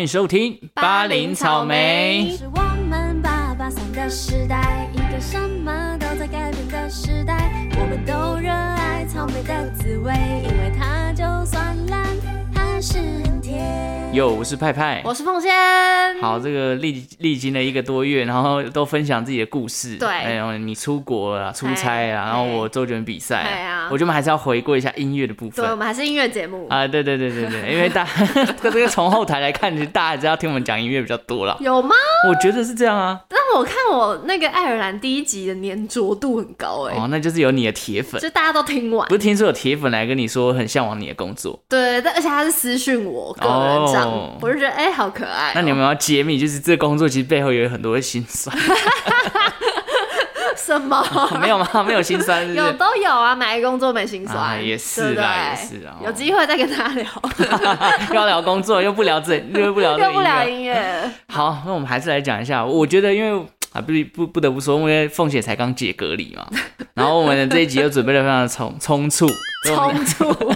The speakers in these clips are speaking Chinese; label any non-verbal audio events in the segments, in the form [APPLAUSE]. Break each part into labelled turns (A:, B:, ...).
A: 欢迎收听
B: 巴林草莓
C: 是我们八八三的时代，一个什么都在改变的时代。我们都热爱草莓的滋味，因为它就算烂，还是很甜。
A: 哟，我是派派。
B: 我是凤仙。
A: 好，这个历历经了一个多月，然后都分享自己的故事。
B: 对
A: 哎呦，你出国了，出差啊，
B: 哎
A: 然后我周卷比赛。啊
B: 哎呀
A: 我觉得我们还是要回归一下音乐的部
B: 对，我
A: 分。
B: 们还是音乐节目。
A: 啊，对对对对对，因为
B: [LAUGHS]
A: 大这个从后台来看，其实大家还是要听我们讲音乐比较多啦。
B: 有吗？
A: 我觉得是这样啊，
B: 但我看我那个爱尔兰第一集的粘着度很高哎、
A: 哦，那就是有你的铁粉。
B: 就大家都听完
A: 不。是听说有铁粉来跟你说很向往你的工
B: 哎
A: 作，
B: 对，但而且他是私讯我个人账
A: 哦
B: 我就觉得哎、好可爱哦、
A: 那你有没有要揭秘？就是这工作其实背后有很多的辛酸，
B: [LAUGHS]
A: [LAUGHS]
B: 什么？
A: 没有吗？没有辛酸是不是？
B: 有都有啊，哪一个工作没心酸、
A: 啊也是啦
B: 对不对
A: 也是啊
B: 有机会再跟大家聊， [LAUGHS]
A: 又要聊工作，又不聊这， [LAUGHS] 又不聊这个
B: 又不聊
A: 音乐 [LAUGHS]
B: 音乐，
A: 好，那我们还是来讲一下。我觉得，因为啊，不不不得不说，因为凤姐才刚解隔离嘛， [LAUGHS] 然后我们的这一集又准备的非常的充充促，所以我们
B: 冲突。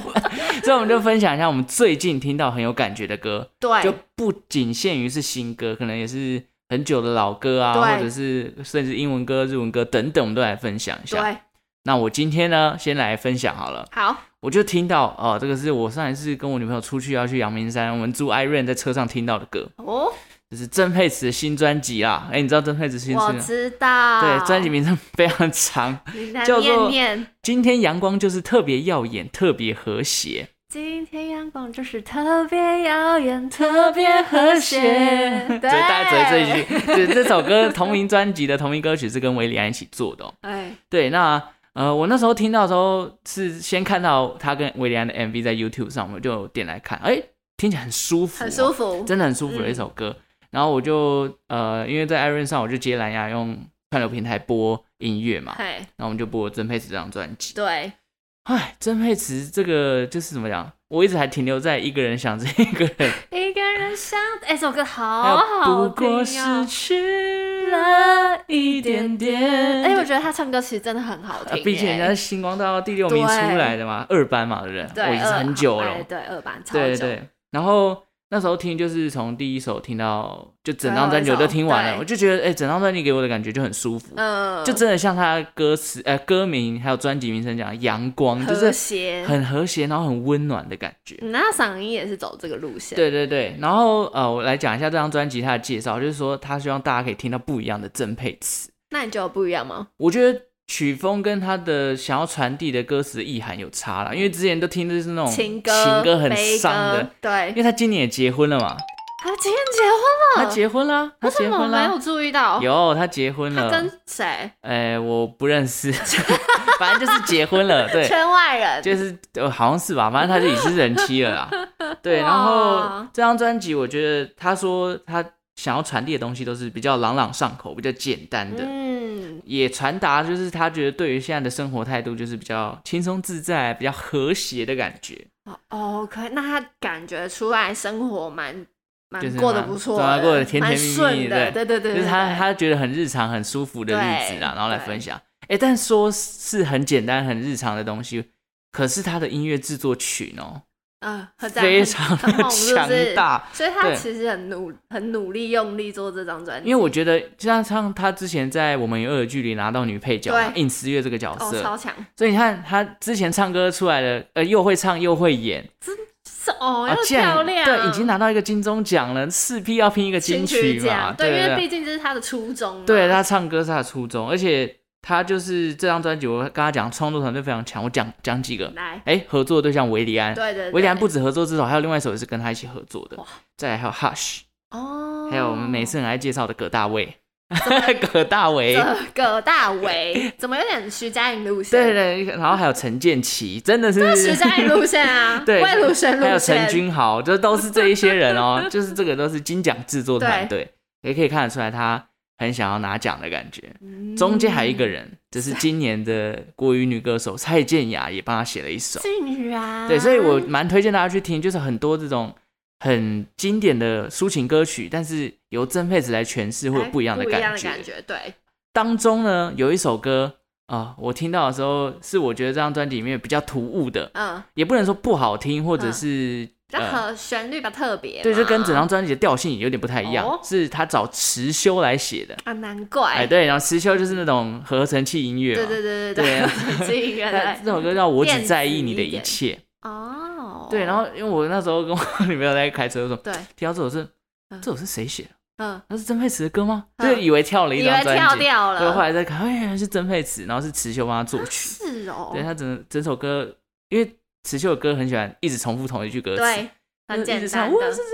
A: 所以我们就分享一下我们最近听到很有感觉的歌，就
B: 对，
A: 不仅限于是新歌，可能也是很久的老歌啊，
B: 对
A: 或者是甚至英文歌、日文歌等等，我们都来分享一下。
B: 对，
A: 那我今天呢，先来分享好了。
B: 好，
A: 我就听到哦，这个是我上一次跟我女朋友出去要去阳明山，我们住 Irene 在车上听到的歌，
B: 哦，
A: 这是曾沛慈的新专辑啦。哎、你知道曾沛慈新
B: 我
A: 专辑？
B: 知道。
A: 对，专辑名称非常长。
B: 你来
A: 叫做
B: 念念。
A: 今天阳光就是特别耀眼，特别和谐。
B: 今天阳光就是特别耀眼，特别和
A: [LAUGHS]
B: 谐。对，
A: 对，大家只会这一句。对，这首歌同名专辑的同名歌曲是跟维里安一起做的、哦。
B: 哎，
A: 对，那呃，我那时候听到的时候是先看到他跟维里安的 MV 在 YouTube 上，我就点来看，哎、听起来很舒服、哦
B: 很舒服。嗯
A: 真的很舒服的一首歌。然后我就呃，因为在 Iron 上我就接蓝牙用串流平台播音乐嘛，
B: 哎，
A: 那我们就播曾沛慈这张专辑。
B: 对，
A: 唉，曾沛慈这个就是怎么讲，我一直还停留在一个人想着一个人，
B: 一个人想，哎，这首歌
A: 还有
B: [LAUGHS] 好好
A: 哎不
B: 听
A: 过
B: 哦
A: 失去
B: 了
A: 一点点。
B: 哎，我觉得他唱歌其实真的很好
A: 呃
B: 听。
A: 毕竟人家
B: 哎
A: 是星光大道第六名出来的嘛，二班嘛的人，
B: 对，
A: 我已经是
B: 二
A: 很久了。
B: 哎对，二版超久。
A: 对对对，然后那时候听就是从第一首听到，就整张专辑我都听完
B: 对
A: 了，我就觉得哎、整张专辑给我的感觉就很舒服，
B: 嗯，
A: 就真的像他歌词、呃歌名还有专辑名称讲的阳光，就
B: 和
A: 是
B: 谐。
A: 很和谐，然后很温暖的感觉。
B: 你那嗓音也是走这个路线。
A: 对对对，然后呃，我来讲一下这张专辑它的介绍，就是说他希望大家可以听到不一样的曾沛慈。
B: 那你觉得不一样吗？
A: 我觉得曲风跟他的想要传递的歌词意涵有差啦，因为之前都听的是那种
B: 情歌、
A: 嗯情歌很
B: 悲歌
A: 伤的，。因
B: 对，
A: 为他今年也结婚了嘛，
B: 他今天结婚，
A: 他结婚啦，他
B: 为什
A: 结
B: 么我
A: 婚
B: 没有
A: 啦，
B: 注意到？
A: 有他结婚
B: 他
A: 了，
B: 跟谁？
A: 哎、我不认
B: [LAUGHS]
A: 识，反正就是结婚了，对，
B: 圈外人，
A: 就是呃好像是吧，反正他就已经是人妻了
B: [LAUGHS]
A: 啦，对，然后
B: 哇
A: 这张专辑我觉得他说他想要传递的东西都是比较朗朗上口、比较简单的。
B: 嗯，
A: 也传达就是他觉得对于现在的生活态度就是比较轻松自在、比较和谐的感觉，
B: 哦，可以，那他感觉出来生活蛮蛮
A: 就是
B: 过得
A: 蛮
B: 不错
A: 对啊
B: 的，
A: 过得甜
B: 蛮
A: 甜蜜
B: 顺
A: 蜜
B: 的，
A: 对
B: 对对对，
A: 就是他
B: 对
A: 他觉得很日常、很舒服的日子啦，
B: 对
A: 然后来
B: 对
A: 分享。哎、但说是很简单、很日常的东西，可是他的音乐制作曲哦、
B: 嗯，很赞
A: 非
B: 很
A: 常
B: 很
A: 的
B: 猛是不
A: 强
B: 是
A: 大。
B: 所以他
A: 对
B: 其实很努很努力用力做这张专辑，
A: 因为我觉得，就像像他之前在《我们与恶的距离》拿到女配角嘛，
B: 对
A: 尹思月这个角
B: 哦
A: 色，
B: 超强，
A: 所以你看他之前唱歌出来的，呃，又会唱又会演，
B: 是哦
A: 啊
B: 又
A: 竟然
B: 漂亮，
A: 对，已经拿到一个金钟奖了，势必要拼一个金
B: 金
A: 曲嘛，
B: 奖，对，因为
A: 对
B: 毕竟这是他的初衷嘛，
A: 对，他唱歌是他的初衷，而且他就是这张专辑，我跟他讲创作团队非常强，我讲讲几个，
B: 来，
A: 哎，合作的对象维里安，
B: 嗯对对，
A: 维里安
B: 对
A: 不止合作这首，还有另外一首也是跟他一起合作的
B: 哇，
A: 再来还有 Hush，
B: 哦，
A: 还有我们每次很爱介绍的葛大卫， [LAUGHS] 葛大为。
B: 这葛大为，怎么有点徐佳莹路线？
A: 对对，对然后还有陈建奇，真的是，
B: 徐佳莹路线
A: [LAUGHS]
B: 啊
A: 对
B: 魏如萱路线，
A: 还有陈君豪，这都是这一些人哦， [LAUGHS] 就是这个都是金奖制作团队，也可以看得出来他很想要拿奖的感觉。
B: 嗯
A: 中间还有一个人，就是今年的国语女歌手蔡健雅，也帮他写了一首。
B: 竟然
A: 对，所以我蛮推荐大家去听，就是很多这种很经典的抒情歌曲，但是由曾沛慈来诠释，会有
B: 哎
A: 不一样的
B: 不一样
A: 感
B: 的
A: 觉。
B: 感觉，对，
A: 当中呢，有一首歌啊、我听到的时候是我觉得这张专辑里面比较突兀的，
B: 嗯，
A: 也不能说不好听，或者
B: 嗯
A: 是、呃
B: 这和旋律吧特别嘛，
A: 对，就跟整张专辑的调性有点不太一样，
B: 啊哦
A: 是他找辞修来写的。
B: 啊，难怪，
A: 哎，对，然后辞修就是那种合成器音乐嘛，
B: 对对对
A: 对啊
B: [LAUGHS] 对对，这
A: [LAUGHS]
B: 原
A: 但
B: 来
A: 这首歌叫我
B: 电
A: 只
B: 子
A: 在意你
B: 一
A: 的一
B: 点
A: 切。
B: 哦，
A: 对，然后因为我那时候跟我 [LAUGHS] 女朋友在开车的时候，
B: 对，
A: 听到这首是
B: 嗯
A: 这首是谁写的？
B: 嗯，
A: 那是曾沛慈的歌吗？
B: 嗯
A: 就以为跳了一
B: 以
A: 张
B: 为
A: 专
B: 跳
A: 辑，
B: 掉
A: 对，后
B: 了，
A: 来再看， [LAUGHS] 哎，原来是曾沛慈，然后是辞修帮他作曲。
B: 是哦
A: 对，他整整首歌，因为辞修的歌很喜欢一直重复同一句歌词，
B: 对，
A: 就
B: 很
A: 是一
B: 简
A: 直唱
B: 单
A: 我
B: 的 [LAUGHS]
A: 是，哦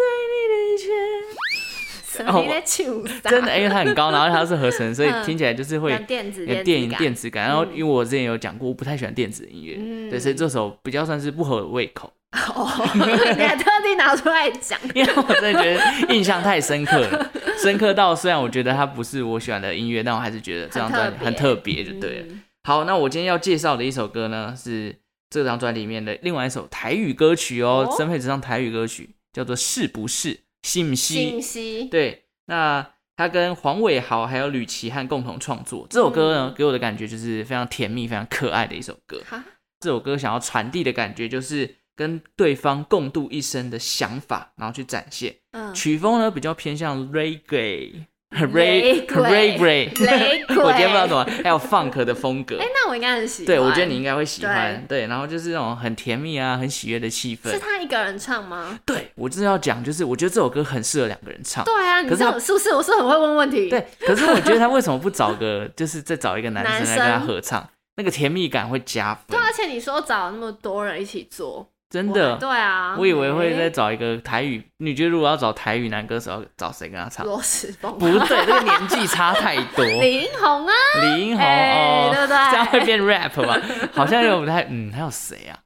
A: 最
B: 什
A: 哦
B: 么你在唱
A: 爱你的
B: 啥？
A: 一切。真的，因为它很高，然后它是合成，所以
B: 嗯
A: 听起来就是会
B: 像电子
A: 有
B: 电
A: 电
B: 子感
A: 电子感。然后
B: 嗯
A: 因为我之前有讲过，我不太喜欢电子音乐，
B: 嗯
A: 对，所以这首比较算是不合我胃口，
B: 哦， [LAUGHS] 你还特地拿出来讲，
A: 因为我真的觉得印象太深刻了，深刻到虽然我觉得它不是我喜欢的音乐，但我还是觉得这张专辑很
B: 很
A: 特
B: 特
A: 别，就对了。
B: 嗯
A: 好，那我今天要介绍的一首歌呢，是这张专辑里面的另外一首台语歌曲哦，
B: 哦
A: 曾沛慈唱台语歌曲，叫做《是不是信息》。
B: 信息，
A: 对，那他跟黄伟豪还有吕奇汉共同创作这首歌呢，
B: 嗯
A: 给我的感觉就是非常甜蜜、非常可爱的一首歌。
B: 哈，
A: 这首歌想要传递的感觉就是跟对方共度一生的想法，然后去展现。
B: 嗯，
A: 曲风呢比较偏向 reggae。 [LAUGHS]
B: 雷
A: reggae
B: 鬼 [LAUGHS] 雷
A: reggae，
B: 鬼
A: 我今天不知道怎么，还有 funk 的风格。
B: 哎，那我应该很喜欢，
A: 对，我觉得你应该会喜欢。对，然后就是那种很甜蜜啊，很喜悦的气
B: 是
A: 氛。
B: 他一个人唱吗？
A: 对，我就是要讲，就是我觉得这首歌很适合两个人唱。
B: 对啊，你
A: 可是
B: 这
A: 他
B: 种是不是我是很会问问题？
A: 对，可是我觉得他为什么不找个，就是再找一个男生
B: 男
A: 来跟他
B: 生
A: 合唱， [LAUGHS] 那个甜蜜感会加分
B: 对，。啊而且你说找那么多人一起做，
A: 真
B: 哇
A: 的，
B: 对啊，
A: 我以为会再
B: 在
A: 找一个台语。你觉得如果要找台语男歌手，要找谁跟他唱？
B: 哎罗时峰、
A: 不对，这个年纪差太 [LAUGHS] 多。
B: 林红啊，
A: 李英宏
B: 哎
A: 哦，
B: 对不对
A: 这样会变 rap 吧？ [LAUGHS] 好像有不太，嗯，还有谁啊？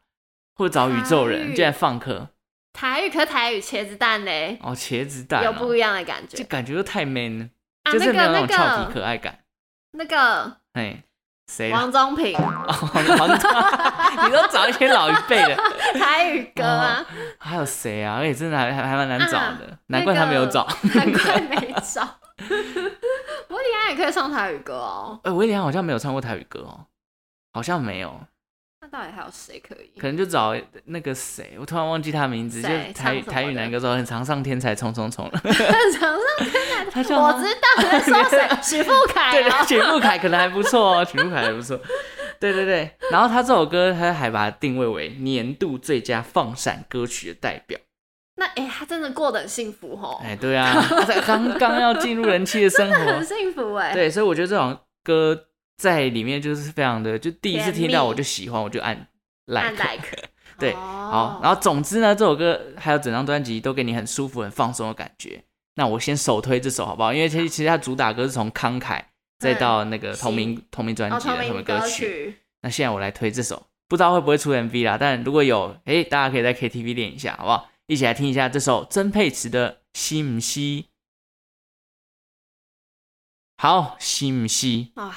A: 或者找宇宙
B: 台
A: 人，
B: 语
A: 居然放课
B: 台语和台语茄子蛋嘞，
A: 哦，茄子蛋、哦，
B: 有不一样的感觉
A: 就。感觉又太 man，了、
B: 啊，
A: 就是
B: 那
A: 没有那
B: 个
A: 种
B: 那
A: 俏皮
B: 个
A: 可爱感。
B: 那个
A: 哎，谁啦？
B: 王宗
A: [LAUGHS]
B: 平
A: 黄黄章，你都找一些老一辈的，
B: 台语歌啊，
A: 还有谁啊？而且真的还还还蛮难找的，
B: 啊
A: 难怪他没有找。
B: 那
A: [LAUGHS]
B: 个难怪没找。我李安也可以唱台语歌哦，
A: 呃，威廉好像没有唱过台语歌哦，好像没有，
B: 那到底还有谁可以？
A: 可能就找那个谁，我突然忘记他名字，就
B: 谁
A: 是台
B: 唱什么的
A: 台语男歌手，很常上《天才冲冲冲》了。
B: [LAUGHS] 很常上
A: 他
B: 天
A: 叫
B: 我
A: 他
B: 知道你
A: [LAUGHS]
B: 在说谁，许富凯
A: 对
B: 啊，
A: 曲目凯可能还不错哦，曲目凯还不
B: [LAUGHS]
A: 错。对对对，然后他这首歌，他还把它定位为年度最佳放闪歌曲的代表。
B: 那哎，他真的过得很幸福哦，
A: 哎，对啊，他才刚刚要进入人气的生
B: 很 [LAUGHS]
A: 活， [LAUGHS]
B: 幸福哎。
A: 对，所以我觉得这种歌在里面就是非常的，就第一次听到我就喜欢，我就按
B: 按
A: like。
B: like，
A: 对 [LAUGHS] 好
B: 哦，
A: 然后总之呢，这首歌还有整张专辑都给你很舒服、很放松的感觉。那我先首推这首好不好？因为其实其实它主打歌是从《慷慨》再到那个同名同名专
B: 嗯哦，
A: 辑的
B: 同
A: 同名
B: 名
A: 歌
B: 歌
A: 曲。
B: 曲，
A: 那现在我来推这首，不知道会不会出 MV 啦，但如果有，哎、大家可以在 KTV 练一下，好不好？一起来听一下这首曾沛慈的《西唔西》。好，《西唔西
B: 哇，》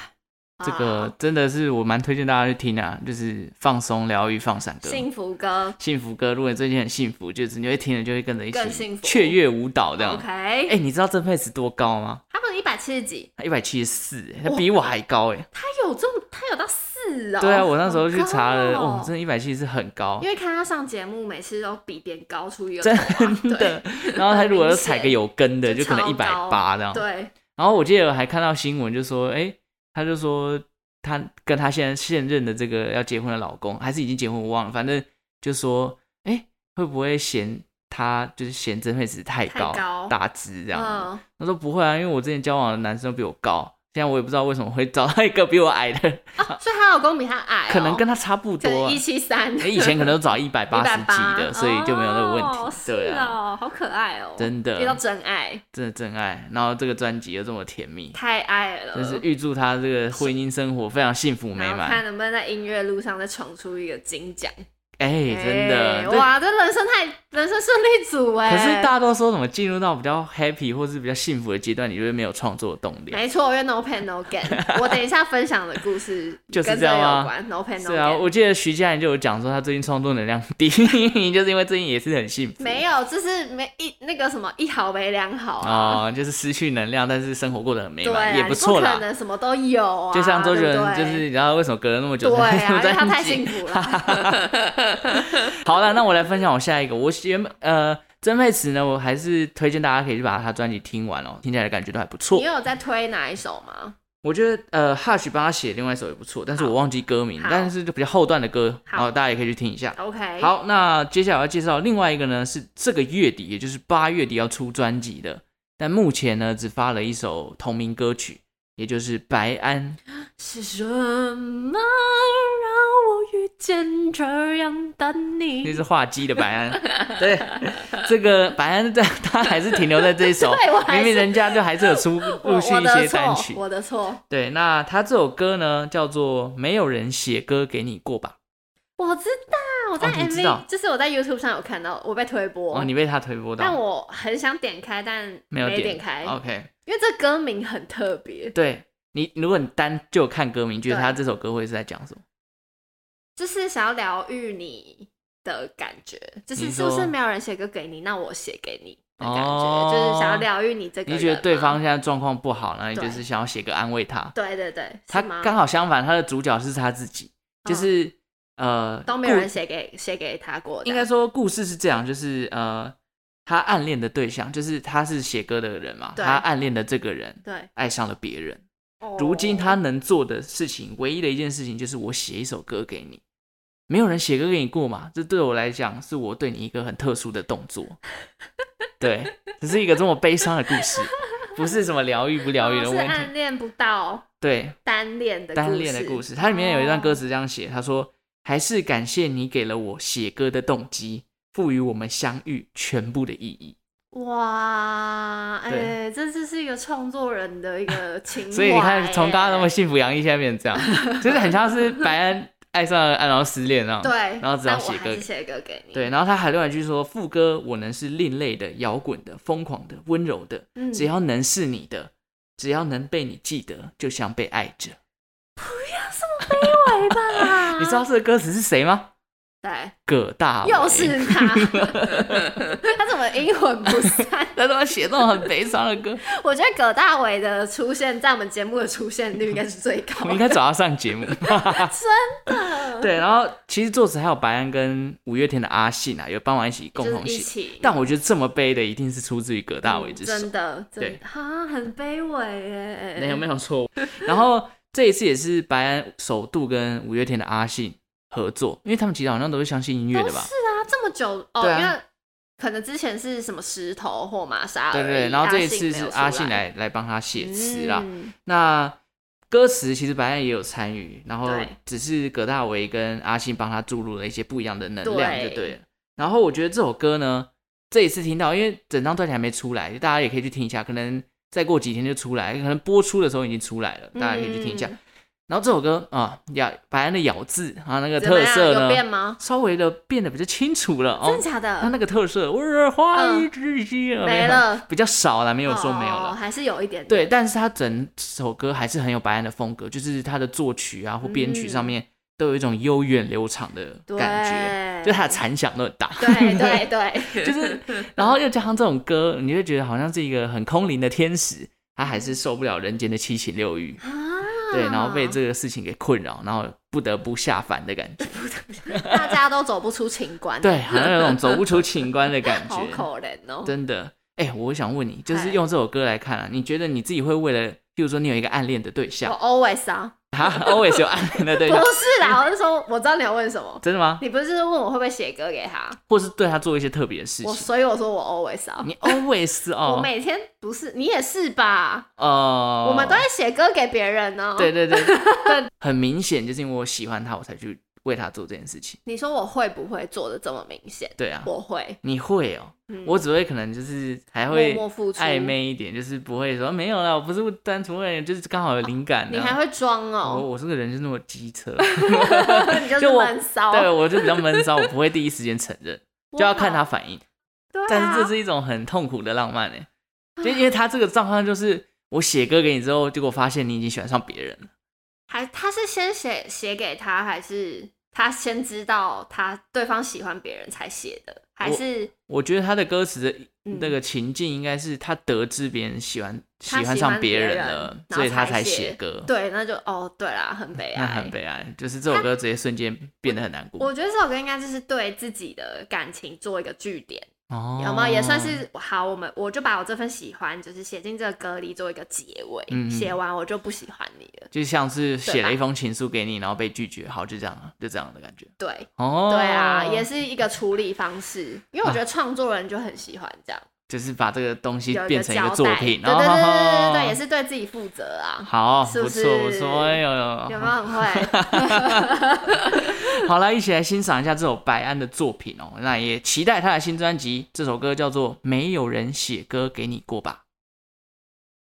A: 这个真的是我蛮推荐大家去听啊，就是放松、疗愈、放闪
B: 啊
A: 歌。
B: 幸福歌
A: 幸福歌，如果你最近很幸福，就是你会听了就会跟着一
B: 更
A: 起
B: 幸福
A: 雀跃舞蹈这样。
B: ，OK，
A: 哎、你知道曾沛慈多高吗？
B: 他们一百七十几，
A: 他一百七十四，他比我还高哎、
B: 他有这么，他有到四哦。
A: 对啊，我那时候去
B: [LAUGHS] 好高
A: 查了，
B: 哦
A: 哦，真的一百七十很高
B: 因。为看他上节目，每次都比别人高出一个头
A: 真
B: 啊， [LAUGHS]
A: 的。然后他如果要踩个有根的，
B: 就
A: 就可能一
B: 超
A: 百
B: 高
A: 八这样
B: 对。。对，
A: 然后我记得还看到新闻，就说，哎、他就说他跟他现在现任的这个要结婚的老公，还是已经结婚，我忘了，反正就说，哎、会不会嫌他就是嫌曾沛慈太高
B: 太高
A: 大只这样子？
B: 嗯，
A: 他说不会啊，因为我之前交往的男生都比我高。现在我也不知道为什么会找到一个比我矮的，
B: 啊，所以她老公比她矮哦，
A: 可能跟他差不多
B: 可能。一七三，
A: 哎以
B: [LAUGHS]
A: 前可能都找一百八十
B: 180
A: 几的，所以就没有那个问
B: 哦
A: 题。
B: 是
A: 对啊，
B: 哦，好可爱哦，
A: 真的
B: 遇到真爱，
A: 真的真爱，然后这个专辑又这么甜蜜，
B: 太爱了，
A: 真是预祝他这个婚姻生活非常幸福美
B: 然后
A: 满
B: 看。能不能在音乐路上再闯出一个金奖。
A: 哎、真的，
B: 哎
A: 对。
B: 哇，这人生太人生胜利组哎。
A: 可是大家都说什么进入到比较 happy 或是比较幸福的阶段，你就会没有创作动力。啊
B: 没错，因为 no pain no
A: [LAUGHS]
B: gain。我等一下分享的故事
A: 就是
B: 跟
A: 这样
B: 有
A: 吗
B: 关，no pain no
A: 是啊，
B: gain。
A: 我记得徐佳莹就有讲说，她最近创作能量低， [LAUGHS] 就是因为最近也是很幸福。
B: 没有，就是没一那个什么一好没两好啊。
A: 哦，就是失去能量，但是生活过得很美
B: 对
A: 满，
B: 啊，
A: 也
B: 你
A: 不
B: 不
A: 错啦
B: 可。能什么都有啊。
A: 就像周杰伦，
B: 对不
A: 就
B: 对
A: [LAUGHS] 是你知道为什么隔了那么久
B: 对
A: 才出
B: 啊，因为
A: 专
B: 他太
A: 辑
B: 幸福了。
A: 好了，那我来分享我下一个。我原本呃，曾沛慈呢，我还是推荐大家可以去把她专辑听完哦，听起来的感觉都还不错
B: 你。有在推哪一首吗？
A: 我觉得呃，Hush 帮他写另外一首也不错，但是我忘记歌名
B: 好，
A: 但是就比较后段的歌，
B: 好哎
A: 然后大家也可以去听一下。
B: OK，，
A: 好，那接下来要介绍另外一个呢，是这个月底，也就是八月底要出专辑的，但目前呢只发了一首同名歌曲，也就是《白安》。
B: 是什么让我遇见这样的
A: 那
B: 你？
A: 是画鸡的白安，
B: [LAUGHS]
A: 对，这个白安在他还是停留在这一首
B: 对我，还是
A: 明明人家就还是有出
B: 我
A: 陆续
B: 我
A: 一些
B: 的
A: 单
B: 错，
A: 曲。
B: 我的错，
A: 对，那他这首歌呢叫做《没有人写歌给你过吧
B: 我知道，我在
A: 哦你知
B: MV，、
A: 道
B: 就是我在 YouTube 上有看到，我被推》播，
A: 哦，你被他推播
B: 但
A: 到，
B: 我很想点开，但
A: 没有
B: 点
A: 点哦
B: 开，
A: OK，
B: 因为这歌名很特别，
A: 对你，如果你单就看歌名，觉得
B: 对
A: 他这首歌会是在讲什么？
B: 就是想要疗愈你的感觉，就是
A: 你
B: 是不是
A: 说
B: 没有人写歌给你，那我写给你的感觉，
A: 哦
B: 就是想要疗愈你这个
A: 你
B: 人。
A: 觉得对方？现在状况不好，那你就
B: 对
A: 是想要写歌安慰他。
B: 对对对，
A: 他
B: 是吗嗯
A: 刚好相反，他的主角是他自己，就是呃，
B: 都没有
A: 故
B: 人写啊给写给他过的，
A: 应该说故事是这样，就是呃，他暗恋的对象就是他是写歌的人嘛，
B: 对
A: 他暗恋的这个人
B: 对。
A: 爱上了别人。如今他能做的事情，唯一的一件事情就是我写一首歌给你。没有人写歌给你过嘛？这对我来讲，是我对你一个很特殊的动作。对，只是一个这么悲伤的故
B: [LAUGHS]
A: 事，不是什么疗愈不疗愈
B: 哦
A: 的
B: 是
A: 问题
B: 暗。恋不到
A: 对，
B: 单恋的
A: 单恋的故
B: 事，
A: 事，它里面有一段歌词这样写，他说：“还是感谢你给了我写歌的动机，赋予我们相遇全部的意义。
B: 哇，哎、
A: 对
B: 这就是一个创作人的一
A: [LAUGHS]
B: 个情”怀。
A: 所以你看，从刚刚那么
B: 哎
A: 幸福洋溢，现在变成这
B: [LAUGHS]
A: 样，就是很像是白安爱上了安，然后失恋啊。
B: 对，
A: 然后只要
B: 但我
A: 写
B: 还
A: 歌
B: 是写歌给你，
A: 对，然后他还另外一句说：“副歌我能是另类的、摇滚的、疯狂的、温柔的，
B: 嗯
A: 只要能是你的，只要能被你记得，就像被爱着。
B: 对吧？
A: [LAUGHS] 你知道这个歌词是谁吗？
B: 对，
A: 葛大为
B: 又是他，他怎么阴魂不散？
A: [LAUGHS] 他怎么写这种很悲伤的
B: [LAUGHS]
A: 歌？
B: 我觉得葛大为的出现在我们节目的出现率应该是最高
A: 我
B: 的，
A: 们应该找他上节
B: [LAUGHS]
A: 目。对，然后其实作词还有白安跟五月天的阿信啊，有帮忙一起共
B: 就是
A: 同
B: 一
A: 写。
B: 起。
A: 但我觉得这么悲的一定是出自于葛大为之手，
B: 嗯真的，真
A: 对
B: 的啊，很卑微耶。
A: 没有没有错。然后这一次也是白安首度跟五月天的阿信合作，因为他们其实好像都是相信音乐
B: 都
A: 的
B: 是
A: 吧？
B: 啊，这么久哦，
A: 对啊
B: 因为可能之前是什么石头或玛莎而已，
A: 对对对。然后这一次
B: 没
A: 是
B: 有出
A: 阿信来来帮他写词啊啦。
B: 嗯
A: 那歌词其实白安也有参与，然后
B: 对
A: 只是葛大为跟阿信帮他注入了一些不一样的能量，
B: 对
A: 就对了。然后我觉得这首歌呢，这一次听到，因为整张专辑还没出来，大家也可以去听一下，可能再过几天就出来，可能播出的时候已经出来了，大家可以去听一下。
B: 嗯
A: 然后这首歌啊，咬白安的咬字啊，那个
B: 怎么
A: 特
B: 样
A: 色
B: 有变
A: 呢，
B: 吗？
A: 稍微的变得比较清楚了
B: 真
A: 哦
B: 的。假
A: 他
B: 的？
A: 那个特色，我是花一之心啊
B: 没
A: 有
B: 了
A: 比较少了，没有说没有
B: 哦
A: 了。
B: 还是有一点点
A: 对，但是他整首歌还是很有白安的风格，就是他的作曲啊或编曲上
B: 嗯
A: 面都有一种悠远流长的感觉，
B: 对
A: 就他的残响都很大。 [LAUGHS]
B: 对对对，
A: 就是，然后又加上这种歌，你会觉得好像是一个很空灵的天使，他还是受不了人间的七情六欲，
B: 啊，
A: 对，然后被这个事情给困扰，然后不得不下凡的感觉，
B: [LAUGHS] 大家都走不出情关，
A: 对，好像有种走不出情关的感
B: 好
A: 觉，
B: 可怜哦。
A: 真的。哎、我想问你，就
B: 嗨
A: 是用这首歌来看啊，你觉得你自己会为了，譬如说你有一个暗恋的对 [LAUGHS]
B: 我
A: 象，
B: always 啊，
A: 他 always 有暗恋的对
B: 不 [LAUGHS]
A: 象，
B: 是啦，我是说，我知道你要问什么，
A: 真的吗？
B: 你不是问我会不会写歌给他？
A: 或是对他做一些特别的事
B: 我
A: 情？
B: 所以我说我 always 啊，
A: 你
B: [LAUGHS]
A: always
B: 我
A: 哦，
B: 每天不是你也是吧？
A: 呃，
B: 我们都会写歌给别人呢。
A: 对，
B: [LAUGHS]
A: 对对，但很明显就是因为我喜欢他，我才去为他做这件事情。
B: 你说我会不会做的这么明显？
A: 对啊，
B: 我会，
A: 你会哦，
B: 嗯
A: 我只会可能就是还
B: 默
A: 会
B: 默付出
A: 暧昧一点，就是不会说哦没有啦，我不是单纯为了你，就是刚好有灵感的。啊
B: 你还会装
A: 我
B: 哦，
A: 我这个人就那么机
B: [LAUGHS]
A: 车，
B: 你就是
A: 就我
B: 闷骚。
A: 对我就比较闷骚，我不会第一时间承
B: [LAUGHS]
A: 认，就要看他反应。
B: 对啊，
A: 但是这是一种很痛苦的浪漫哎、就因为他这个状况就是我写歌给你之后，结果发现你已经喜欢上别人了。
B: 还他是先写写给他，还是他先知道他对方喜欢别人才写的，还是
A: 我觉得他的歌词的
B: 嗯
A: 那个情境应该是他得知别人喜欢
B: 他
A: 欢
B: 喜
A: 上
B: 欢
A: 别
B: 别
A: 人
B: 人
A: 了，
B: 然
A: 所以
B: 后
A: 他
B: 才
A: 才
B: 写
A: 歌。
B: 对，那就哦，对啦，很悲哀，
A: 那很悲哀，就是这首歌直接瞬间变得很难过。
B: 我觉得这首歌应该就是对自己的感情做一个据点，
A: 哦，
B: 有没有？也算是好，我们我就把我这份喜欢就是写进这个歌里做一个结尾，
A: 嗯嗯
B: 写完我就不喜欢你了。
A: 就像是写
B: 对吧
A: 了一封情书给你，然后被拒绝，好，就这样了，就这样的感觉。
B: 对，
A: 哦，
B: 对啊，也是一个处理方式，因为我觉得创作人就很喜欢这样，
A: 就是把这个东西
B: 有一
A: 变
B: 个
A: 成一个
B: 交
A: 作
B: 代，对对
A: 品，
B: 对对对对
A: 哦
B: 对，也是对自己负责啊。
A: 好，
B: 是
A: 不
B: 不
A: 错
B: 是
A: 不错，哎呦
B: 有
A: 呦
B: 没，有很会？
A: [LAUGHS] 好了，一起来欣赏一下这首白安的作品哦。那也期待他的新专辑，这首歌叫做《没有人写歌给你过》吧。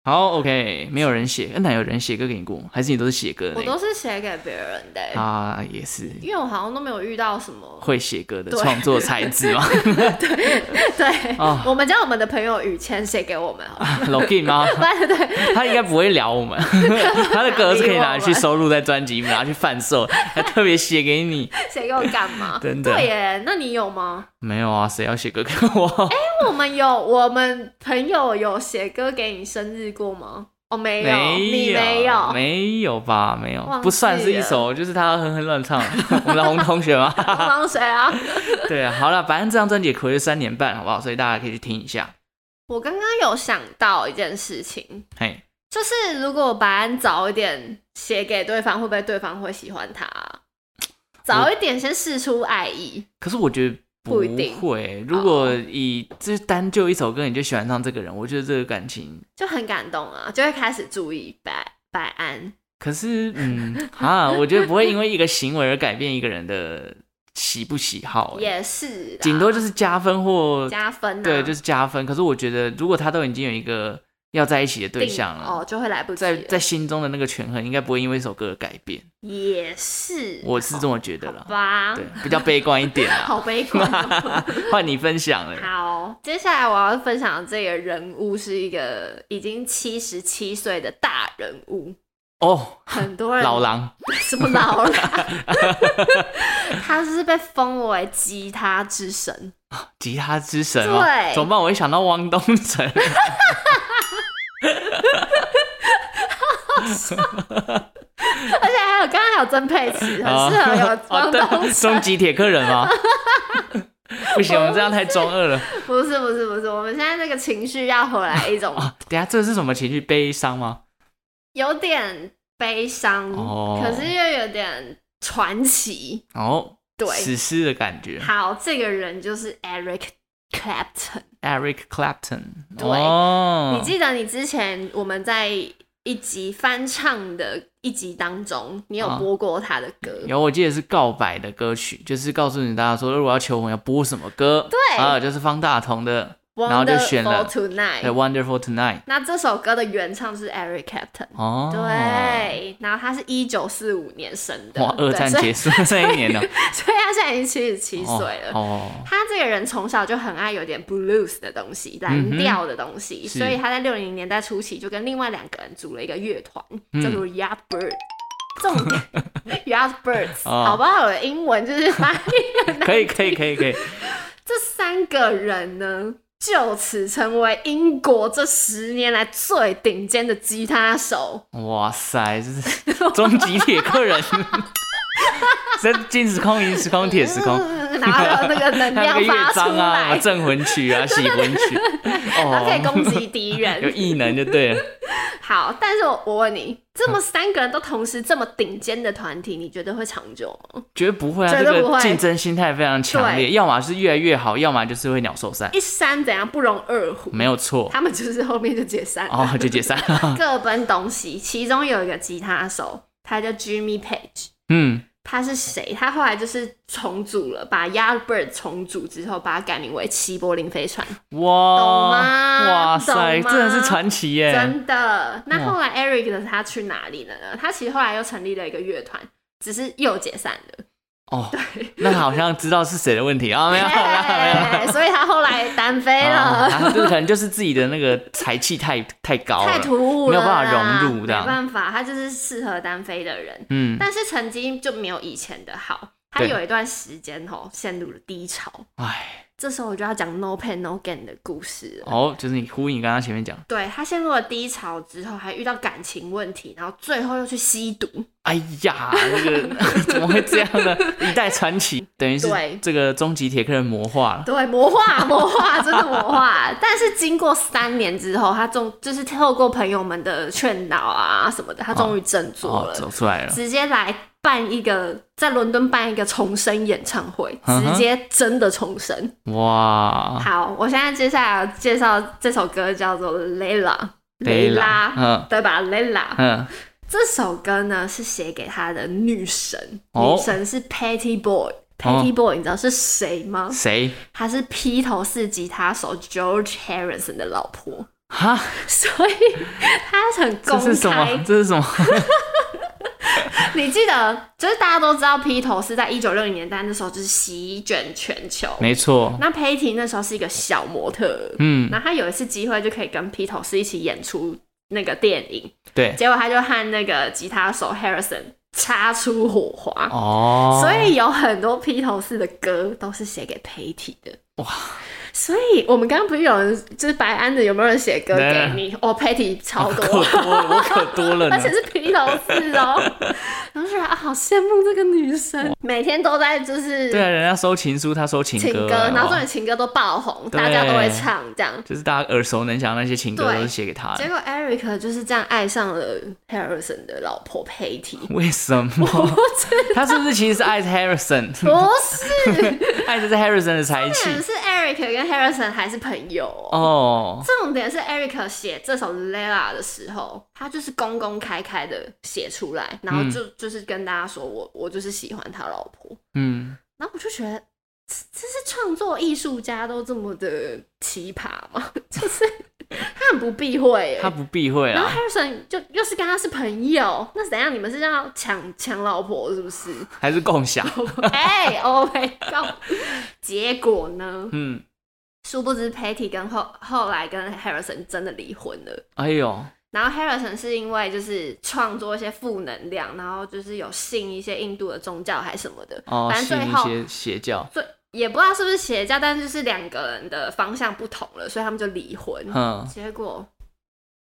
A: 好，OK，没有人写，那有人写歌给你过吗，还是你都是写歌的
B: 我
A: 那个
B: 都是写给别人的欸、
A: 啊？也是
B: 因为我好像都没有遇到什么
A: 会写歌的
B: 对
A: 创作才智嘛。
B: [LAUGHS] 对，
A: 哦
B: 我们叫我们的朋友雨谦写给我们好
A: [LAUGHS]
B: 了，
A: Login 吗？
B: 对对
A: 他应该不会聊我
B: [LAUGHS]
A: 们，他的歌是可以拿去收录在专辑里面，拿去贩售，还特别写给你。
B: 写给我干嘛？
A: [LAUGHS] 真的
B: 对耶，那你有吗？
A: 没有啊，谁要写歌给我？
B: 那我们有，我们朋友有写歌给你生日过吗？哦，没有，你没有，
A: 没有吧？没有
B: 忘，记
A: 不算是一首，就是他哼哼乱
B: [LAUGHS]
A: 唱。我们的红同学吗？
B: 帮谁啊？ [LAUGHS]
A: 对啊，好了，反正这张专辑也暌违三年半，好不好？所以大家可以去听一下。
B: 我刚刚有想到一件事情，
A: 嘿，
B: 就是如果白安早一点写给对方，会不会对方会喜欢他啊？早一点先试出爱意，
A: 可是我觉得。不
B: 不一定
A: 会，如果以就是单就一首歌你就喜欢上这个人，我觉得这个感情
B: 就很感动啊，就会开始注意白白安。
A: 可是，
B: [LAUGHS]
A: 嗯啊，我觉得不会因为一个行为而改变一个人的喜不喜好、欸，
B: 也是啦，
A: 顶多就是加分或
B: 加分、啊，
A: 对，就是加分。可是我觉得，如果他都已经有一个要在一起的对
B: 定
A: 象了，啊
B: 哦，就会来不及
A: 在
B: 了。
A: 在心中的那个权衡，应该不会因为一首歌而改变。
B: 也是，
A: 我是这么觉得
B: 嗯好
A: 啦，
B: 吧
A: 对，，比较悲观一点啦。
B: [LAUGHS] 好悲观哦、
A: [LAUGHS]
B: [LAUGHS]
A: 换你分享了，
B: 好，接下来我要分享的这个人物是一个已经七十七岁的大人物，
A: 哦，
B: 很多人
A: 老狼，
B: [LAUGHS] 什么老
A: [LAUGHS]
B: 了，他是被封为吉他之神，
A: 吉他之神哦，
B: 对
A: 怎么办？我一想到汪东城，
B: 而且还有刚刚还有曾沛慈， [LAUGHS] 很适
A: [LAUGHS]
B: 合有汪东城。
A: 哦终极铁客人
B: [LAUGHS]
A: 吗？不行，我们这样太中二了。
B: 不是不是不是，我们现在这个情绪要回来一种
A: 啊，等一下这是什么情绪？悲伤吗？
B: 有点悲伤，
A: 哦
B: 可是又有点传奇。
A: 哦，
B: 对，
A: 史诗的感觉。
B: 好，这个人就是 Eric Clapton。
A: Eric Clapton，
B: 对
A: 哦
B: 你，记得你之前我们在一集翻唱的一集当中，你有
A: 啊
B: 播过他的歌？
A: 有我记得是告白的歌曲，就是告诉你大家说，如果要求婚要播什么歌，
B: 对
A: 啊，就是方大同的
B: Wonderful
A: 然后就选了
B: Tonight。
A: 《Wonderful Tonight》
B: 那这首歌的原唱是 Eric Clapton。
A: 哦，，
B: 对，然后他是一九四五年生的，
A: 哇，二战
B: 对所
A: 结
B: 以
A: 束这一年呢，
B: [LAUGHS] 所以他现在已经七十七岁了。
A: 哦，
B: 他这个人从小就很爱有点 blues 的东西，蓝调的东西，
A: 嗯是
B: 所以他在六零年代初期就跟另外两个人组了一个乐团，
A: 嗯
B: 叫做 Yardbird。重
A: [LAUGHS]
B: 点 Yardbirds，、
A: 哦
B: 好不好？我的英文就是翻译很难
A: 可以，可以，可以，可以，
B: 这三个人呢，就此成为英国这十年来最顶尖的吉他手。
A: 哇塞，这
B: [LAUGHS]
A: 是终极铁客人，这进时空、银时空、铁时空。
B: 嗯拿了那个能
A: 还有哦个
B: 量
A: 乐
B: 发出
A: [LAUGHS] 章啊，什么
B: 来，
A: 镇魂曲啊，喜魂
B: [LAUGHS]
A: 曲，
B: 他可以攻
A: 哦，
B: 击敌
A: [LAUGHS]
B: 人，
A: 有异能就对了。
B: 好，但是我我问你，这么三个人都同时这么顶尖的团体，你觉得会长久吗？
A: 绝对不会啊，
B: 绝
A: 这
B: 对不
A: 个
B: 会
A: 竞争心态非常强烈，
B: 对
A: 要么是越来越好，要么就是会鸟兽散，
B: 一山怎样不容二虎？
A: 没有错。
B: 他们就是后面就解散了， [LAUGHS]
A: 哦，就解散了。
B: 各奔东西。其中有一个吉他手，他叫 Jimmy Page。
A: 嗯，
B: 他是谁？他后来就是重组了，把 Yardbird 重组之后，把它改名为齐柏林飞船，
A: 哇，
B: 懂吗
A: 哇塞，
B: 懂吗
A: 真的是传奇耶！
B: 真的。
A: 嗯
B: 那后来 Eric 的他去哪里了呢？他其实后来又成立了一个乐团，只是又解散了。
A: 哦，那好像知道是谁的问题啊？没有啦，没有啦。
B: 哎所以他后来单飞
A: 啊，
B: 了。
A: 啊这可能就是自己的那个才气太太高了，
B: 太突兀
A: 没
B: 了，
A: 有办法融入
B: 没
A: 这样
B: 办法，他就是适合单飞的人，
A: 嗯，
B: 但是成绩就没有以前的好。他
A: 对
B: 哦有一段时间吼陷入了低潮，
A: 哎，
B: 这时候我就要讲 No Pain No Gain 的故事了。
A: 哦，就是你呼应刚刚前面讲，
B: 对他陷入了低潮之后，还遇到感情问题，然后最后又去吸毒。
A: 哎呀，这个 [LAUGHS] 怎么会这样呢？一代传奇，等于是
B: 对
A: 这个终极铁克人魔化了。
B: [LAUGHS] 对，魔化，魔化，真的魔化。但是经过三年之后，他终就是透过朋友们的劝导啊什么的，他终于振作
A: 哦
B: 了，，
A: 走出来了，
B: 直接来办一个在伦敦办一个重生演唱会，
A: 嗯哼哦
B: 直接真的重生。
A: 哇，
B: 好，我现在接下来介绍这首歌叫做《雷拉》，雷
A: 拉，
B: 拉，
A: 嗯
B: 对吧？雷拉
A: 嗯，
B: 这首歌呢是写给他的女神，
A: 哦
B: 女神是 Patty Boy。Patty Boy，你知道是谁吗？
A: 谁？
B: 她是披头士吉他手 George Harrison 的老婆， [LAUGHS]
A: 哈，
B: 所以她很
A: 这
B: 公
A: 是什
B: 开
A: 么？。这是什么？ [LAUGHS]
B: 你记得，就是大家都知道披头士在一九六零年代那时候就是席卷全球。
A: 没错，
B: 那 Patty 那时候是一个小模特儿，
A: 嗯，
B: 然后她有一次机会就可以跟披头士一起演出那个电影，
A: 对，
B: 结果她就和那个吉他手 Harrison 擦出火花。
A: 哦，
B: 所以有很多披头士的歌都是写给 Patty 的。哇！所以我们刚刚不是有人就是白安的有没有人写歌给你？哦，Patty 超
A: 可啊
B: 多，
A: 多了，我可多了呢
B: [LAUGHS] 而。且是披头
A: [LAUGHS]
B: 士哦。然后就觉得啊，好羡慕这个女生，每天都在就是
A: 对啊，人家收情书，他收情
B: 情
A: 歌，啊
B: 然后
A: 哇
B: 这种情歌都爆红，
A: 对啊
B: 大家都会唱这样。
A: 就是大家耳熟能详的那些情歌
B: 对
A: 都是写给他的。
B: 结果 Eric 就是这样爱上了 Harrison 的老婆 Patty。
A: [LAUGHS] 为什
B: [LAUGHS]
A: 么？他是不是其实是爱着 Harrison， [LAUGHS]
B: 不是，
A: 爱着是 Harrison 的才气
B: 是 Eric 跟 Harrison 还是朋友哦
A: 哦？
B: 重点是 Eric 写这首《Lela》的时候，他就是公公开开的写出来，然后就、就是跟大家说我我就是喜欢他老婆，
A: 嗯，
B: 然后我就觉得这这是创作艺术家都这么的奇葩吗？ [LAUGHS] 就是他很不避讳耶
A: 他。不啊避讳
B: 然后
A: 啦。
B: Harrison 就又是跟他是朋友，那怎样？你们是要抢抢老婆是不是？
A: 还是共
B: [LAUGHS]
A: 享。
B: 哎、o h my god！结果呢？
A: 嗯，
B: 殊不知 Patty 跟后后来跟 Harrison 真的离婚了。
A: 哎呦，
B: 然后 Harrison 是因为就是创作一些负能量，然后就是有信一些印度的宗教还什么的，
A: 哦，
B: 反
A: 信
B: 正最
A: 一
B: 后
A: 些邪教，
B: 最也不知道是不是邪教，但是就是两个人的方向不同了，所以他们就离婚，
A: 嗯，
B: 结果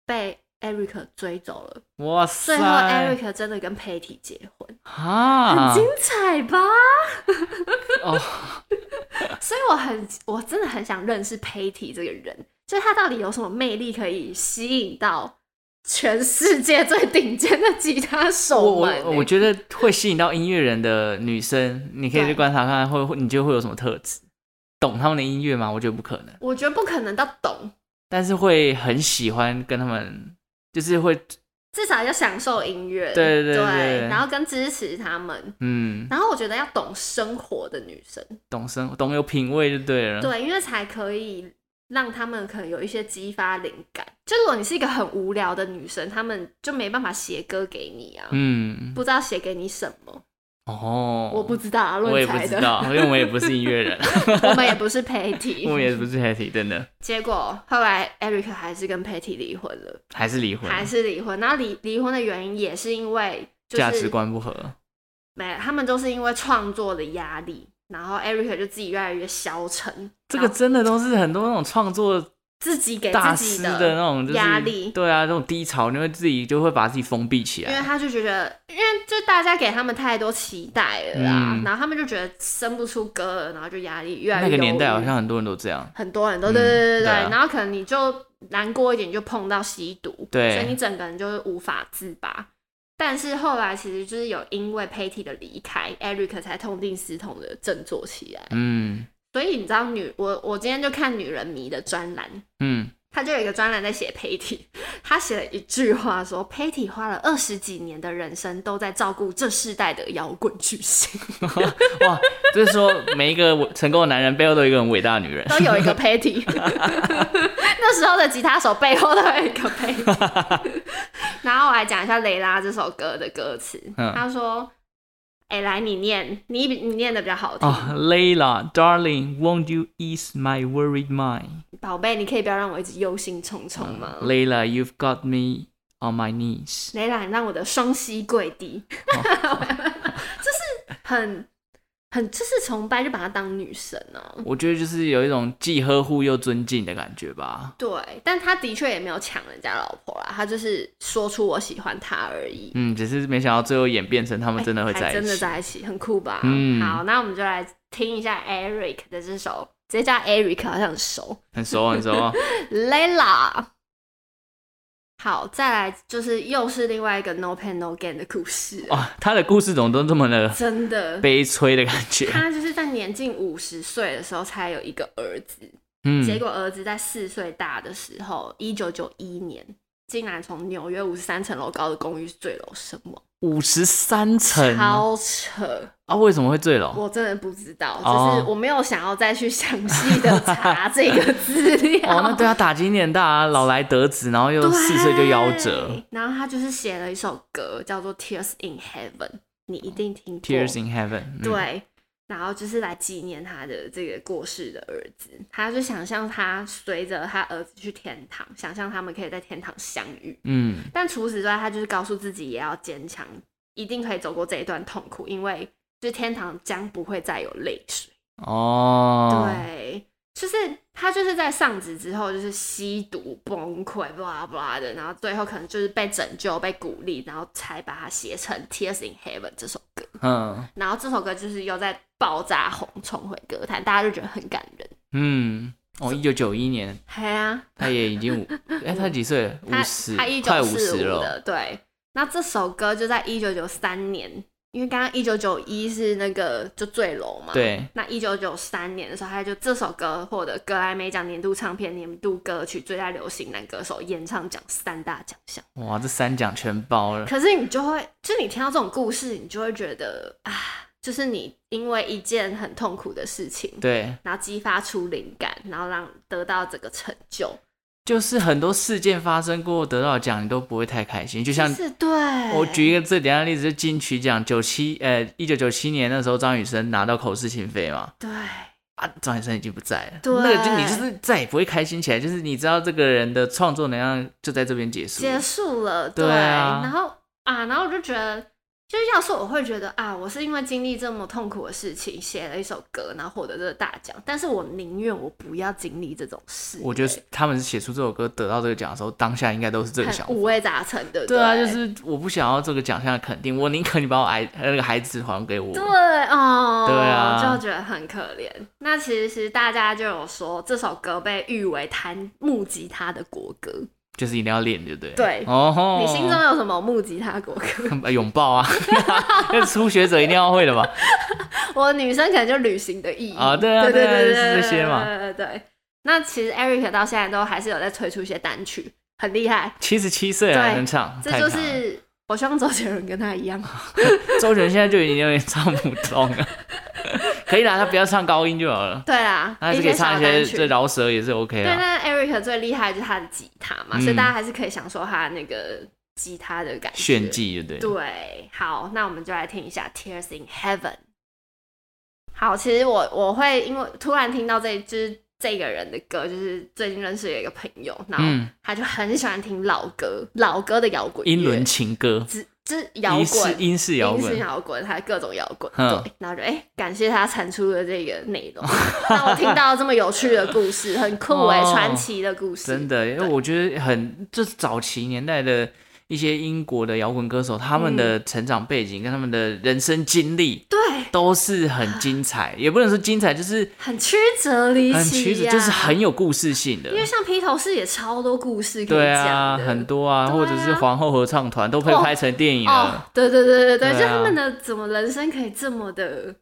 B: 被 Eric 追走了。
A: 哇
B: 最
A: 塞，
B: 后 Eric 真的跟 Patty 结婚，
A: 啊，
B: 很精彩吧？
A: 哦，
B: [LAUGHS] 所以我很我真的很想认识 Patty 这个人，就是他到底有什么魅力可以吸引到？全世界最顶尖的吉他
A: 我
B: 手们欸、
A: 我我觉得会吸引到音乐人的女生，你可以去
B: 对
A: 观察看看，会会你就会有什么特质，懂他们的音乐吗？我觉得不可能，
B: 我觉得不可能到懂，
A: 但是会很喜欢跟他们，就是会，
B: 至少要享受音乐，
A: 对对对
B: 对
A: 对
B: 然后跟支持他们。
A: 嗯，
B: 然后我觉得要懂生活的女生，
A: 懂生懂有品味就对了，
B: 对，因为才可以让他们可能有一些激发灵感。就如果你是一个很无聊的女生，他们就没办法写歌给你啊，
A: 嗯，
B: 不知道写给你什么，
A: 哦，
B: 我不知道啊，
A: 我也
B: 论
A: 不
B: 才
A: 知
B: 的，
A: 道，因为我也不是音乐人，
B: [LAUGHS] 我们也不是
A: [LAUGHS]
B: Patty，
A: 我也不是 Happy，真的
B: 结果后来 Eric 还是跟 Patty 离婚了，
A: 还是离婚，
B: 还是离婚。然后离离婚的原因也是因为就是
A: 价值观不合，
B: 没，他们都是因为创作的压力，然后 Eric 就自己越来越消沉，
A: 这
B: 然
A: 个
B: 后
A: 真的都是很多那种创作
B: 自己给
A: 大
B: 自
A: 师
B: 己
A: 的那种就是
B: 压力。
A: 对啊啊，这种低潮，你会自己就会把自己封闭起
B: 因为
A: 来。
B: 他就觉得，因为就大家给他们太多期待了啦，
A: 嗯
B: 然后他们就觉得生不出歌了，然后就压力越来越
A: 那个年代好
B: 忧郁
A: 像很多人都这样，
B: 很多人都
A: 嗯
B: 对对对对
A: 对啊
B: 然后可能你就难过一点，你就碰到吸毒，
A: 对
B: 所以你整个人就是无法自拔。但是后来其实就是有因为 Patty 的离开，Eric 才痛定思痛的振作起来。
A: 嗯
B: 所以你知道女我我今天就看《女人迷》的专栏，
A: 嗯，
B: 他就有一个专栏在写 Patty，他 [LAUGHS] 写了一句话说，Patty 花了二十几年的人生都在照顾这世代的摇滚巨星，
A: 哇，就是说每一个成功的男人背后都有一个很伟大的女人，
B: 都有一个 Patty。那时候的吉他手背后都有一个 Patty。然 [LAUGHS] 后我来讲一下《雷拉》这首歌的歌词，
A: 嗯
B: 他说：“哎、来你念，你你念的比较好听，
A: 哦，Layla darling won't you ease my worried mind
B: 宝贝，你可以不要让我一直忧心忡忡吗？”
A: Layla you've got me on my knees [LAUGHS]
B: 雷兰让我的双膝跪地，就是很很就是崇拜，就把她当女神呢、啊。
A: 我觉得就是有一种既呵护又尊敬的感觉吧。
B: 对，但他的确也没有抢人家老婆啦，他就是说出我喜欢他而已。
A: 嗯，只是没想到最后演变成他们真的会
B: 哎还
A: 在一
B: 真的
A: 起。
B: 在一起，很酷吧？
A: 嗯
B: 好，那我们就来听一下 Eric 的这首，直接叫 Eric 好像很熟
A: 很熟很熟啊，
B: ，Layla。好，再来就是又是另外一个 No Pain No Gain 的故事了，
A: 哇、他的故事怎么都这么的
B: 真的。
A: 悲催的感觉？
B: 他就是在年近五十岁的时候才有一个儿子，
A: 嗯，
B: 结果儿子在四岁大的时候，一九九一年，竟然从纽约五十三层楼高的公寓坠楼身亡，
A: 五十三层啊，
B: 超扯！
A: 啊为什么会坠楼？
B: 我真的不知道，
A: 哦
B: 就是我没有想要再去详细的查这个资料。
A: 哦，那对他打击有点大啊，老来得子，然后又四岁就夭折
B: 对。。然后他就是写了一首歌，叫做《Tears in Heaven》，你一定听过。
A: Tears in Heaven，、嗯、
B: 对，然后就是来纪念他的这个过世的儿子，他就想象他随着他儿子去天堂，想象他们可以在天堂相遇。
A: 嗯，
B: 但除此之外，他就是告诉自己也要坚强，一定可以走过这一段痛苦，因为就是天堂将不会再有泪水。
A: 哦，，
B: 对，就是他就是在上职之后就是吸毒崩溃，不啦不啦的，然后最后可能就是被拯救、被鼓励，然后才把它写成《Tears in Heaven》这首歌。
A: 嗯
B: 然后这首歌就是又在爆炸红，重回歌坛，大家就觉得很感人。
A: 嗯，哦，一九九一年，
B: 嘿啊，
A: 他也已
B: [LAUGHS]
A: 经五，哎，他几岁了？五
B: 他
A: 十
B: 他一，
A: 快
B: 九
A: 五十
B: 四五
A: 了。
B: 的，对。那这首歌就在一九九三年，因为刚刚一九九一是那个就坠楼嘛，。
A: 对，
B: 那一九九三年的时候，他就这首歌获得格莱美奖年度唱片、年度歌曲、最佳流行男歌手、演唱奖三大奖项。
A: 哇，这三奖全包了。
B: 可是你就会，就是你听到这种故事，你就会觉得啊，就是你因为一件很痛苦的事情，
A: 对，
B: 然后激发出灵感，然后让得到这个成就，
A: 就是很多事件发生过，得到奖你都不会太开心。就像
B: 就是对。
A: 我举一个最简单的例子，就金曲奖九七，呃，一九九七年那时候张雨生拿到口是心非嘛，
B: 对
A: 啊，张雨生已经不在了，
B: 对
A: 那个就你就是再也不会开心起来，就是你知道这个人的创作能量就在这边结束了。
B: 结束了，
A: 对啊
B: 然后啊，然后我就觉得，就是要说我会觉得啊，我是因为经历这么痛苦的事情，写了一首歌，然后获得这个大奖，但是我宁愿我不要经历这种事、
A: 我觉得他们写出这首歌得到这个奖的时候，当下应该都是这
B: 欸
A: 个想
B: 很
A: 法。
B: 五味杂陈，对不对？
A: 对啊，就是我不想要这个奖项的肯定，我宁可你把我孩那个孩子还给我。
B: 对哦，
A: 对啊
B: 就觉得很可怜。那其实大家就有说，这首歌被誉为弹木吉他的国歌。
A: 就是一定要练，对不对？
B: 对
A: 哦吼，
B: 你心中有什么木吉他国歌？
A: 呃 [LAUGHS] 拥抱啊，那初学者一定要会的吧？
B: [LAUGHS] 我女生可能就旅行的意义
A: 啊对啊
B: 对
A: 对啊
B: 对
A: 是这些嘛
B: 对对对对。那其实 Eric 到现在都还是有在推出一些单曲，很厉害。
A: 七十七岁了还能唱，
B: 这
A: 啊太
B: 就
A: 强了
B: 是我希望周杰伦跟他一
A: [LAUGHS]
B: 样，
A: 周杰伦现在就已经有点唱不动了。可以啦，他不要唱高音就好了，
B: 对啦，
A: 他还是可以唱一些
B: 小
A: 这
B: 单曲。
A: 饶舌也是 OK 啊
B: 对，
A: 啦。
B: 那 Eric 最厉害的就是他的吉他嘛，
A: 嗯
B: 所以大家还是可以享受他那个吉他的感觉。
A: 炫技对不对？
B: 对，好，那我们就来听一下《Tears in Heaven》。好，其实我我会因为突然听到这就是这个人的歌，就是最近认识的一个朋友，然后
A: 嗯
B: 他就很喜欢听老歌，老歌的摇滚乐，
A: 英伦情歌，
B: 之之摇
A: 英式
B: 滚。
A: 英式摇
B: 英式
A: 滚，
B: 摇滚，还有各种摇滚，
A: 嗯
B: 对，然后就哎、感谢他产出的这个内容，让我听到这么有趣的故事，很酷哎、
A: 哦
B: 传奇的故事，
A: 真的，因为
B: 对
A: 我觉得很就是早期年代的一些英国的摇滚歌手，他们
B: 嗯
A: 的成长背景跟他们的人生经历
B: 对，
A: 都是很精彩，也不能说精彩，就是
B: 很曲折离奇、呀
A: 很曲折，就是很有故事性的
B: 因。为像披头士也超多故事可以
A: 对
B: 讲
A: 啊，
B: 的
A: 很多啊，
B: 对啊
A: 或者是皇后合唱团都被
B: 哦
A: 拍成电影
B: 哦
A: 了。，
B: 对对对对对，
A: 对啊
B: 就他们的怎么人生可以这么的，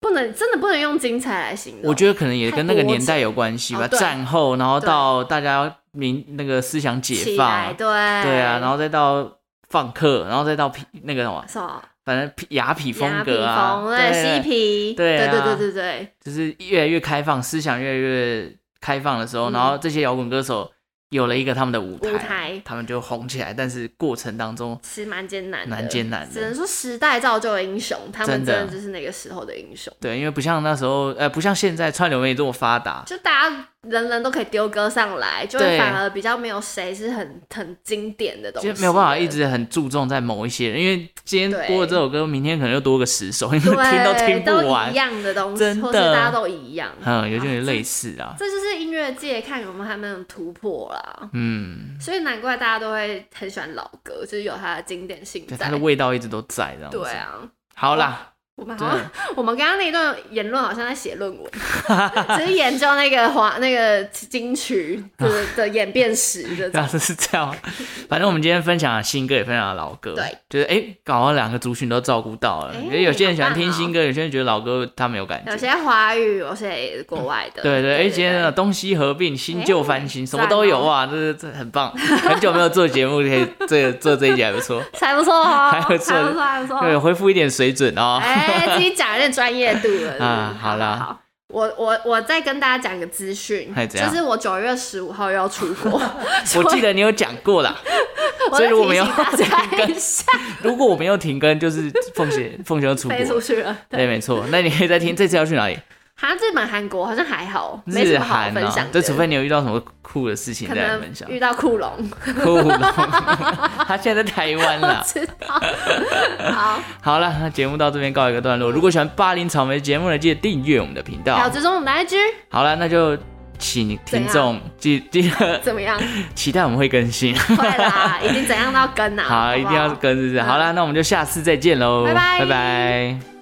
B: 不能真的不能用精彩来形容。
A: 我觉得可能也
B: 太
A: 跟那个
B: 波
A: 年代
B: 折
A: 有关系
B: 哦
A: 吧，
B: 对
A: 战后，然后到大家民那个思想解
B: 起来
A: 放，
B: 对
A: 对啊，然
B: 后
A: 后再到放克，然后再到皮那个什么，
B: 什么
A: 反正皮雅痞风
B: 雅
A: 格啊
B: 痞，风对嬉
A: 对，
B: 皮，
A: 对啊
B: 对对对对对，
A: 就是越来越开放，思想越来越开放的时候，
B: 嗯
A: 然后这些摇滚歌手有了一个他们的舞台，
B: 舞台
A: 他们就红起来，但是过程当中，
B: 其实蛮艰难的，
A: 蛮艰难的
B: 只能说时代造就了英雄，他
A: 真
B: 们
A: 的
B: 真的就是那个时候的英雄。
A: 对，因为不像那时候，呃，不像现在串流媒体这么发达，
B: 就大家人人都可以丢歌上来，就会
A: 对
B: 反而比较没有谁是很很经典的东西
A: 就
B: 了，
A: 没有办法一直很注重在某一些人，因为今天
B: 对
A: 播的这首歌，明天可能又多个十首，因为
B: 对
A: 听都听不完
B: 一。样的东西，
A: 真
B: 或是
A: 的
B: 大家都一样，
A: 嗯，有点类似啊。
B: 这就是音乐界看有没有他们突破啦。
A: 嗯，
B: 所以难怪大家都会很喜欢老歌，就是有它的经典性
A: 对，
B: 在
A: 它的。味道一直都在这样子。
B: 对，啊，
A: 好啦，
B: 我们
A: 真
B: 好像
A: 的
B: [LAUGHS] 我们刚刚那一段言论好像在写
A: [LAUGHS]
B: 论文，只是研究那个华那个金曲的
A: [LAUGHS]
B: 的演变史的。
A: 那是这样。反正我们今天分享了新歌，也分享了老歌，
B: 对，
A: 就是哎，诶搞到两个族群都照顾到了。
B: 哎
A: 因为有些人喜欢听
B: 好棒哦
A: 新歌，有些人觉得老歌他没有感
B: 有
A: 觉。
B: 些华语，有些国外的。
A: 对对，哎，今天
B: 对
A: 的东西合并，新旧翻新，什么都
B: 哦
A: 有哇，这这很棒。很久没有做节目，可以这做这一集还不
B: [LAUGHS]
A: 错，
B: 才不错哦，
A: [LAUGHS] 还不错
B: 还不错，还不错。
A: 对，恢复一点水准哦。
B: 哎，自己讲有点专业度了。是不
A: [LAUGHS]
B: 是
A: 啊好啦
B: 好好我我我再跟大家讲个资讯
A: 嗨，怎
B: 就
A: 样
B: 是我九月十五号又要出
A: [LAUGHS]
B: 国，
A: 我记得你有讲过
B: [LAUGHS]
A: 啦，
B: 我
A: 所以
B: 再
A: 如果没
B: 提
A: 有
B: 醒
A: [LAUGHS]
B: 大家一下，
A: 如果我没有停更，就是凤
B: [LAUGHS]
A: 姐凤姐要出国
B: 飞出
A: 了。
B: 去了。
A: 对，没错。那你可以再听这次要去哪
B: [LAUGHS]
A: 里？
B: 好像日本、韩国好像还好，没
A: 日
B: 什么好
A: 韩
B: 分享
A: 啊
B: 的。，
A: 这除非你有遇到什么酷的事情
B: 可
A: 再来
B: 能
A: 分享。
B: 遇到库龙，
A: 酷龙， [LAUGHS] 他现在在台湾
B: [LAUGHS]
A: 啦。
B: 知道。好，
A: 啊好了，那节目到这边告一个段落。如果喜欢巴林草莓节目呢，记得订阅我们的频
B: 还有
A: 道。
B: 追踪我们的 IG
A: 好了，那就请听
B: 怎
A: 众记记得
B: 怎么样？
A: 期待我们会更
B: [LAUGHS]
A: 新。
B: 会
A: [LAUGHS]
B: 啦，一定怎样都要跟啊。
A: 好，
B: 不
A: 一定要跟，是不是？好了，那我们就下次再见喽，
B: 拜拜
A: 拜拜